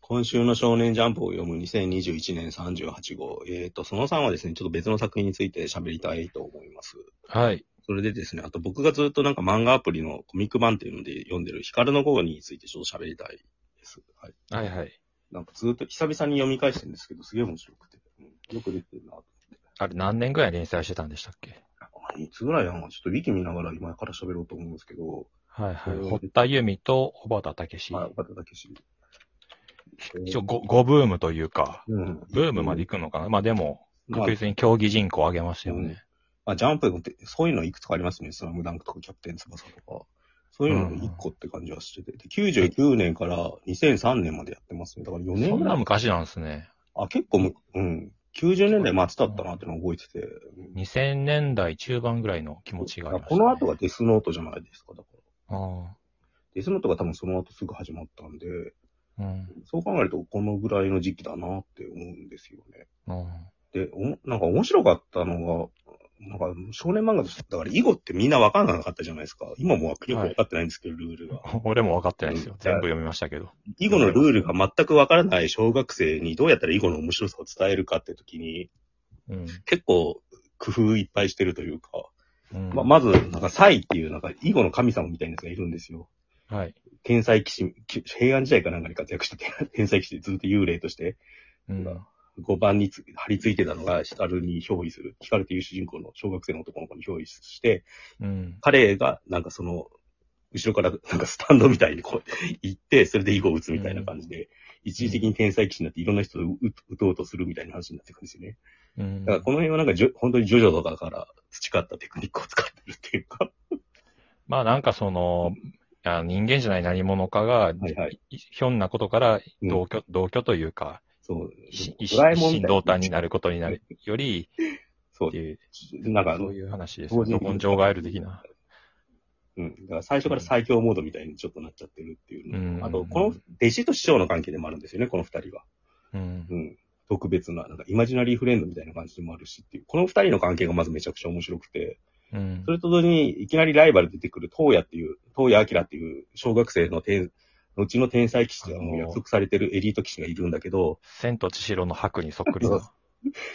今週の少年ジャンプを読む2021年38号。えっ、と、その3はですね、ちょっと別の作品について喋りたいと思います。はい。それでですね、あと僕がずっとなんか漫画アプリのコミック版っていうので読んでる光の号についてちょっと喋りたいです。はい。はいはい。なんかずっと久々に読み返してるんですけど、すげえ面白くて。うんよくできてるなと。あれ何年ぐらい連載してたんでしたっけあいつぐらいやん。ちょっとウィキ見ながら今から喋ろうと思うんですけど、はいはうんい。堀田由美と小畑武史。まあ、岡田武史。一応5、ごブームというか、うん。ブームまで行くのかなまあでも、まあ確実に競技人口上げましたよね。まあ、ジャンプって、そういうのいくつかありますね。スラムダンクとかキャプテン翼とか。そういうのの1個って感じはしてて。で99年から2003年までやってますね。だから4そ年んぐならい。昔なんですね。あ、結構む、うん。90年代末だったなってのを覚えてて。うん2000年代中盤ぐらいの気持ちがありました、こね。の後がデスノートじゃないですか。だから。あデスノートが多分その後すぐ始まったんで、あ。うん。そう考えるとこのぐらいの時期だなって思うんですよね。うん。で、おなんか面白かったのが、なんか少年漫画として、だから囲碁ってみんなわからなかったじゃないですか。今もよくわかってないんですけど、ルールが。 俺も分かってないですよ。全部読みましたけど。囲碁のルールが全くわからない小学生にどうやったら囲碁の面白さを伝えるかって時に、うん。結構工夫いっぱいしてるというか、うんままず、なんか、サイっていう、なんか、囲碁の神様みたいなやつがいるんですよ。はい。天才騎士、き平安時代かなんかに活躍した天 天才騎士でずっと幽霊として、うん。 5番につ張り付いてたのが、光に憑依する。光という主人公の小学生の男の子に憑依して、うん。彼が、なんかその、後ろから、なんかスタンドみたいにこう、行って、それで囲碁を打つみたいな感じで、一時的に天才棋士になっていろんな人を打打とうとするみたいな話になってくるんですよね。うんだからこの辺はなんかじょ、本当にジョジョとかから培ったテクニックを使ってるっていうか。まあなんかその、いや人間じゃない何者かはが、いはい。いひょんなことから同居、同居というか、そう。一一ドラえもんみたいな心同担になることになるより、そうって。いう、なんかあそのう、いう話です同よ時ね。に根性ガエル的な。うん。だから最初から最強モードみたいにちょっとなっちゃってるっていううの。んあと、この弟子と師匠の関係でもあるんですよね、この二人は。うんう。ん。特別な、なんかイマジナリーフレンドみたいな感じでもあるしっていう。この二人の関係がまずめちゃくちゃ面白くて。うんそ。れと同時に、いきなりライバル出てくる、東野っていう、東野明っていう、小学生の天、うちの天才騎士がもう約束されてるエリート騎士がいるんだけど、千と千尋の白にそっくりそなう。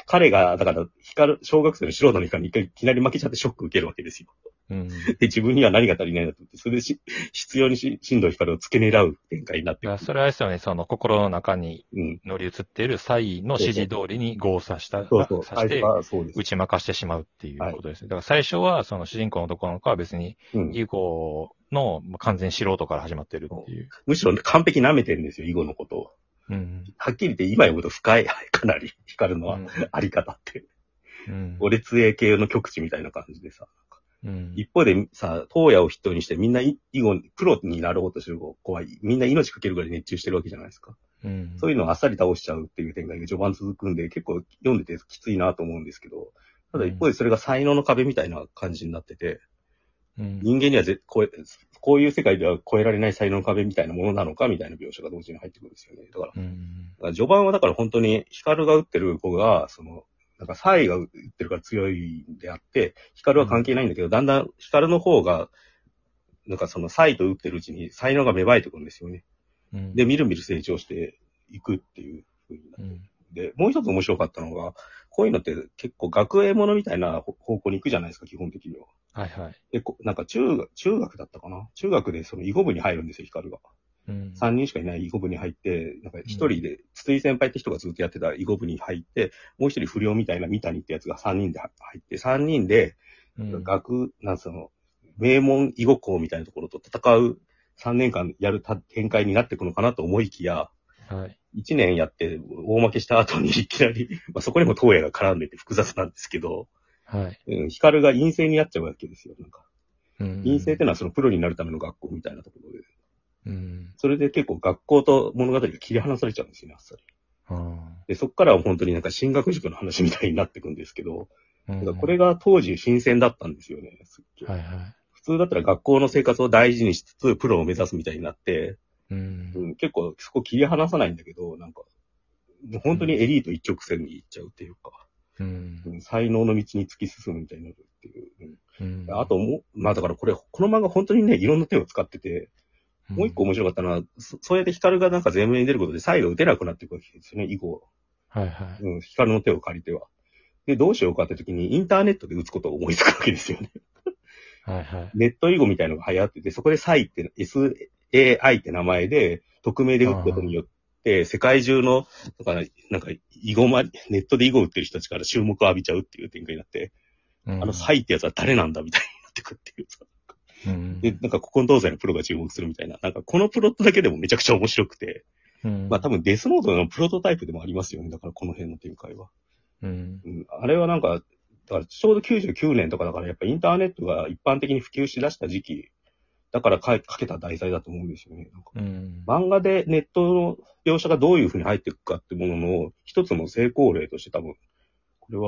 彼が、だから、光る、小学生の素人の光に一回いきなり負けちゃってショック受けるわけですよ。うん。で、自分には何が足りないんだと思って、それでし、必要にし、進藤光を付け狙う展開になってくだからる。それはあれですよね、その心の中にうん。乗り移っているイの指示通りに合さした、そうそう。さし最初て、はそうです打。ち負かしてしまうっていうことですね。だから最初は、その主人公の男の子は別に、うん。以降のまあ完全素人から始まってるっていう。むしろ完璧舐めてるんですよ、囲碁のことを。うん。はっきり言って今読むと深い、 かなり、光るのは、あり方って。うん。俺つえ系の極致みたいな感じでさ。うん。一方でさ、東野を筆頭にしてみんな囲碁、プロになろうとしてる子は、みんな命かけるぐらい熱中してるわけじゃないですか。うん。そういうのをあっさり倒しちゃうっていう展開が序盤続くんで、結構読んでてきついなと思うんですけど、ただ一方でそれが才能の壁みたいな感じになってて、うん人間にはぜこえこういう世界では超えられない才能の壁みたいなものなのかみたいな描写が同時に入ってくるんですよね。だから、うん。だから序盤はだから本当に光が打ってる子が、その、なんかサイが打ってるから強いんであって、光は関係ないんだけど、だんだん光の方が、なんかそのサイと打ってるうちに才能が芽生えてくるんですよね。うんで、みるみる成長していくっていう風になっうん。て。で、もう一つ面白かったのが、こういうのって結構学園ものみたいな方方向に行くじゃないですか、基本的には。はいはい。で、こなんか中学、中学だったかな中学でその囲碁部に入るんですよ、光が。うん。 3人しかいない囲碁部に入って、なんか1人で、筒井先輩って人がずっとやってた囲碁部に入って、もう1人不良みたいな三谷ってやつが3人で入って、3人で、うん学、なんその、名門囲碁校みたいなところと戦う3年間やるた展開になっていくのかなと思いきや、はい。 1年やって大負けした後にいきなり、まあそこにも東映が絡んでて複雑なんですけど、はい。うん、光が陰性になっちゃうわけですよ。なんかうん陰性ってのはそのプロになるための学校みたいなところで。うん。それで結構学校と物語が切り離されちゃうんですよね、あっさり。うんで、そこからは本当になんか進学塾の話みたいになってくんですけど、うなんんかこれが当時新鮮だったんですよね。すっげえはいはい。普通だったら学校の生活を大事にしつつ、プロを目指すみたいになって、うう。んん、結構そこ切り離さないんだけど、なんか、もう本当にエリート一直線に行っちゃうっていうか、うんうん、才能の道に突き進むみたいになるっていう。うんうんあともう、まあだからこれ、この漫画本当にね、いろんな手を使ってて、もう一個面白かったのは、そそうやって光がなんか前面に出ることで、サイが打てなくなっていくわけですよね、以降。はいはい。うん、光の手を借りては。で、どうしようかって時に、インターネットで打つことを思いつくわけですよね。 はいはい。ネット囲碁みたいのが流行ってて、そこでサイって、SAI って名前で、匿名で打つことによって、世界中の、だから、なんか、囲碁ま、ネットで囲碁打ってる人たちから注目を浴びちゃうっていう展開になって、うんあのサイってやつは誰なんだみたいになってくっていうさ。うんで、なんか、ここの東西のプロが注目するみたいな。なんか、このプロットだけでもめちゃくちゃ面白くて、うんまあ多分デスノートのプロトタイプでもありますよね。だから、この辺の展開は。うんうんあれはなんか、だからちょうど99年とかだから、やっぱインターネットが一般的に普及しだした時期、だからかかけた題材だと思うんですよね。なんかうん漫画でネットの描写がどういうふうに入っていくかってものの、一つの成功例として多分、これは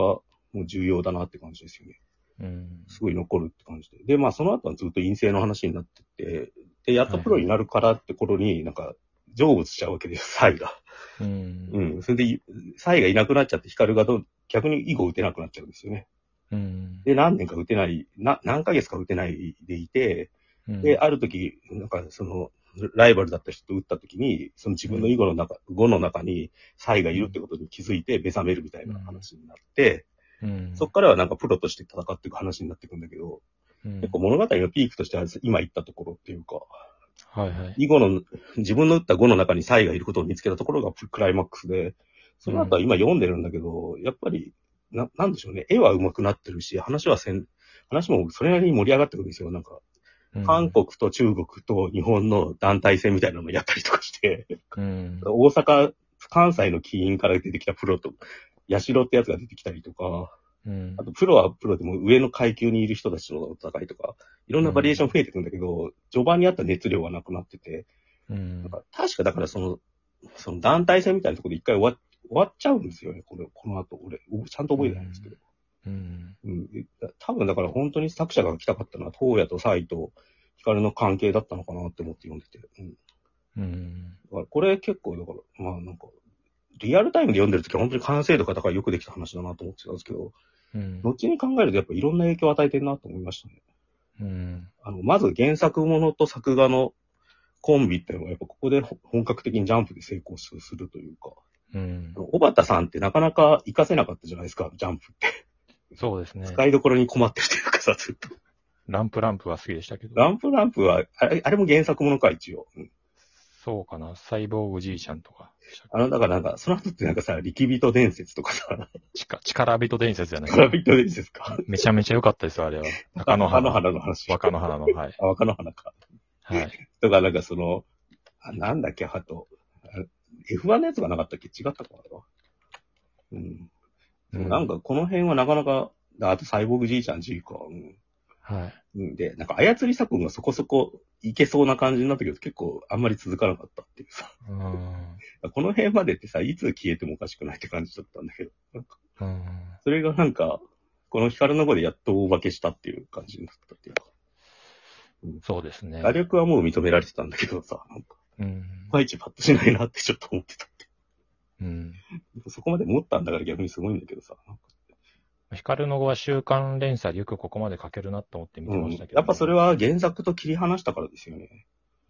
もう重要だなって感じですよね。うんすごい残るって感じで。で、まあその後はずっと陰性の話になってって、で、やっとプロになるからって頃に、なんか、成仏しちゃうわけです、サイが。うんうん。それで、サイがいなくなっちゃって、ヒカルがどん逆に囲碁打てなくなっちゃうんですよね。うんで、何年か打てない、な、何ヶ月か打てないでいて、うんで、ある時、なんかその、ライバルだった人と打った時に、その自分の囲碁の中、碁の中に、サイがいるってことに気づいて目覚めるみたいな話になって、うんそっからはなんかプロとして戦っていく話になっていくんだけど、うん結構物語のピークとしては今言ったところっていうか、はいはい。囲碁の、自分の打った碁の中にサイがいることを見つけたところがクライマックスで、その後は今読んでるんだけど、やっぱり、な、なんでしょうね。絵は上手くなってるし、話はせん、話もそれなりに盛り上がってくるんですよ。なんか、うん韓国と中国と日本の団体戦みたいなのもやったりとかして、うん大阪、関西の起因から出てきたプロと、八代ってやつが出てきたりとか、うんあとプロはプロでも上の階級にいる人たちとの戦いとか、いろんなバリエーション増えてくんだけど、序盤にあった熱量はなくなってて、うんなんか確かだからその、その団体戦みたいなところで一回終わっ終わっちゃうんですよね、これ、この後、俺、おちゃんと覚えてないんですけど。うんうん。でだ多分だから本当に作者が書きたかったのは、東野と斎と光の関係だったのかなって思って読んでて。うん。だうんからこれ結構、だから、まあなんか、リアルタイムで読んでるときは本当に完成度が高いよくできた話だなと思ってたんですけど、うん後に考えるとやっぱいろんな影響を与えてるなと思いましたね。うんあの、まず原作ものと作画のコンビっていうのはやっぱここで本格的にジャンプで成功するというか、うんあの小畑さんってなかなか活かせなかったじゃないですか、ジャンプって。そうですね。使いどころに困ってるというかさ、ずっと。ランプランプは好きでしたけど。ランプランプは、あれあれも原作ものか、一応。うんそうかな。サイボーグじいちゃんとか。あの、だからなんか、その後ってなんかさ、力人伝説とかさ、 ちか力人伝説じゃない力人伝説か。めちゃめちゃ良かったですよ、あれは。中野の花。花の話。若野花の。はい。あ、若の花か。 はい。とか、なんかその、あなんだっけ、あと、あ F1 のやつがなかったっけ違ったかなあれはうん。でもなんか、か、この辺はなかなか、あとサイボーグじいちゃん、じいか。うんはい。うんで、なんか操り作文がそこそこいけそうな感じになったけど、結構あんまり続かなかったっていうさ。 うん。この辺までってさ、いつ消えてもおかしくないって感じだったんだけど、なんかうんそれがなんか、この光の子でやっと大化けしたっていう感じになったっていうか、そうですね。打力はもう認められてたんだけどさ、なんか、うんい。まいちパッとしないなってちょっと思ってたってうん。いう。そこまで持ったんだから逆にすごいんだけどさ、なんか光の碁は週刊連載でよくここまで書けるなと思って見てうまん、したけど、やっぱそれ。は原作と切り離したからですよね。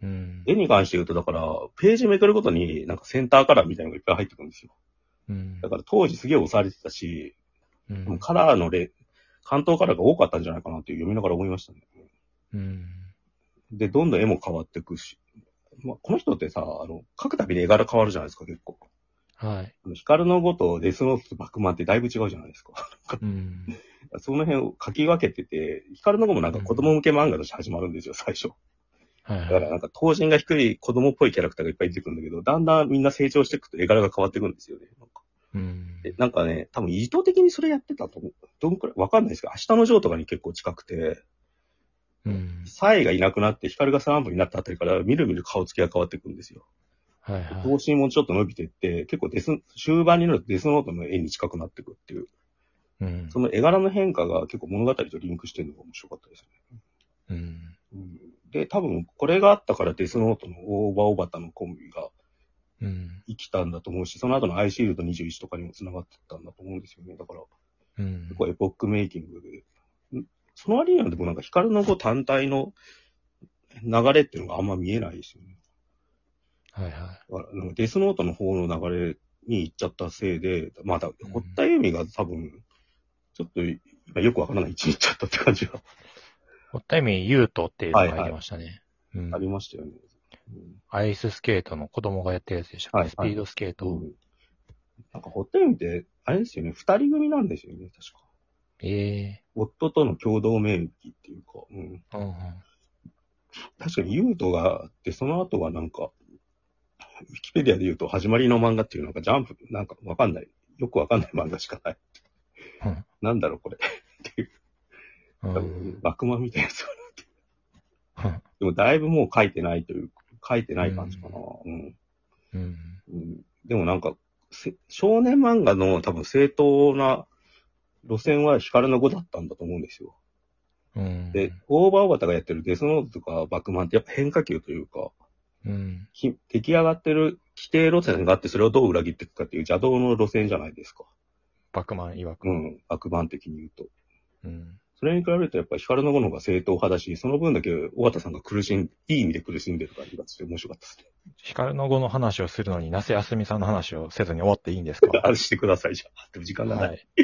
うん。絵に関して言うと、だから、ページめくるごとになんかセンターカラーみたいなのがいっぱい入ってくるんですよ。うんだから当時すげえ押されてたし、うん。カラーのレ、関東カラーが多かったんじゃないかなっていう読みながら思いましたね。うん。で、どんどん絵も変わってくし、まあ、この人ってさ、あの、書くたびに絵柄変わるじゃないですか、結構。はい。あの光の語とデスノートとバックマンってだいぶ違うじゃないですか。 うん。その辺を書き分けてて、光の語もなんか子供向け漫画として始まるんですよ、最初。はいだはい。からなんか、当人が低い子供っぽいキャラクターがいっぱい出てくるんだけど、だんだんみんな成長していくと絵柄が変わってくるんですよね。なんかうん。でなんかね、多分意図的にそれやってたと思う。どんくらいわかんないですけど、明日のジョーとかに結構近くて、うん。サイがいなくなって、ヒカルがスランプになったあたりから、みるみる顔つきが変わっていくんですよ。はいはい。頭身もちょっと伸びていって、結構デス、終盤になるとデスノートの絵に近くなっていくっていう、うんその絵柄の変化が結構物語とリンクしてるのが面白かったですうん。ね。うんで、多分これがあったからデスノートのオーバーオーバタのコンビがうん。生きたんだと思うし、その後のアイシールド21とかにも繋がってったんだと思うんですよね。だから、うん結。構エポックメイキングで。んその割にはでもなんか光の子単体の流れっていうのがあんま見えないですよね。はいはだからなんかデスノートの方の流れに行っちゃったせいで、まあ、だ堀田由美が多分、ちょっと今よくわからない位置に行っちゃったって感じがい。ホッタイミーユートっていうのが入りましたね。うんありましたよね。うんアイススケートの子供がやってるやつでしたっけ、はいスピードスケート。うんなんか、ホテルって、あれですよね、二人組なんですよね、確か。え夫との共同免疫っていうか、うん。えうんうん。確かに、ユートがあって、その後はなんか、ウィキペディアで言うと、始まりの漫画っていうなんか、ジャンプ、なんかわかんない。よくわかんない漫画しかない。うんなんだろう、これ。う多ん 分、バクマみたいなやつがうんでも、だいぶもう書いてないという、書いてない感じかな。うんうんうんでもなんか、せ少年漫画の多分正当な路線は光の子だったんだと思うんですよ。うんで、オーバーオバタがやってるデスノートとかバックマンってやっぱ変化球というか、うんき出来上がってる規定路線があってそれをどう裏切っていくかっていう邪道の路線じゃないですか。バクマン曰く。うん、バックマン的に言うと。うんそれに比べるとやっぱ光の子の方が正当派だし、その分だけ尾形さんが苦しん、いい意味で苦しんでる感じがして面白かったですね。光の語の話をするのに、なせやすみさんの話をせずに終わっていいんですか あれしてください、じゃあ。でも時間がない。い。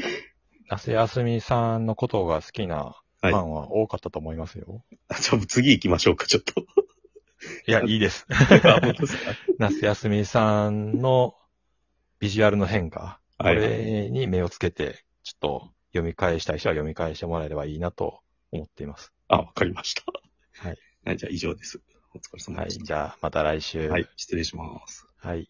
なせやすみさんのことが好きなファンは多かったと思いますよ。 じゃあ次行きましょうか、ちょっと。 い、や、いいです。あ 本当ですかなすやすみさんのビジュアルの変化、こはいれに目をつけて、ちょっと読み返したい人は読み返してもらえればいいなと思っています。あ、わかりました。はい。じゃあ以上です。お疲れ様はい。でしじゃあ、また来週。た。はい、失礼します。はい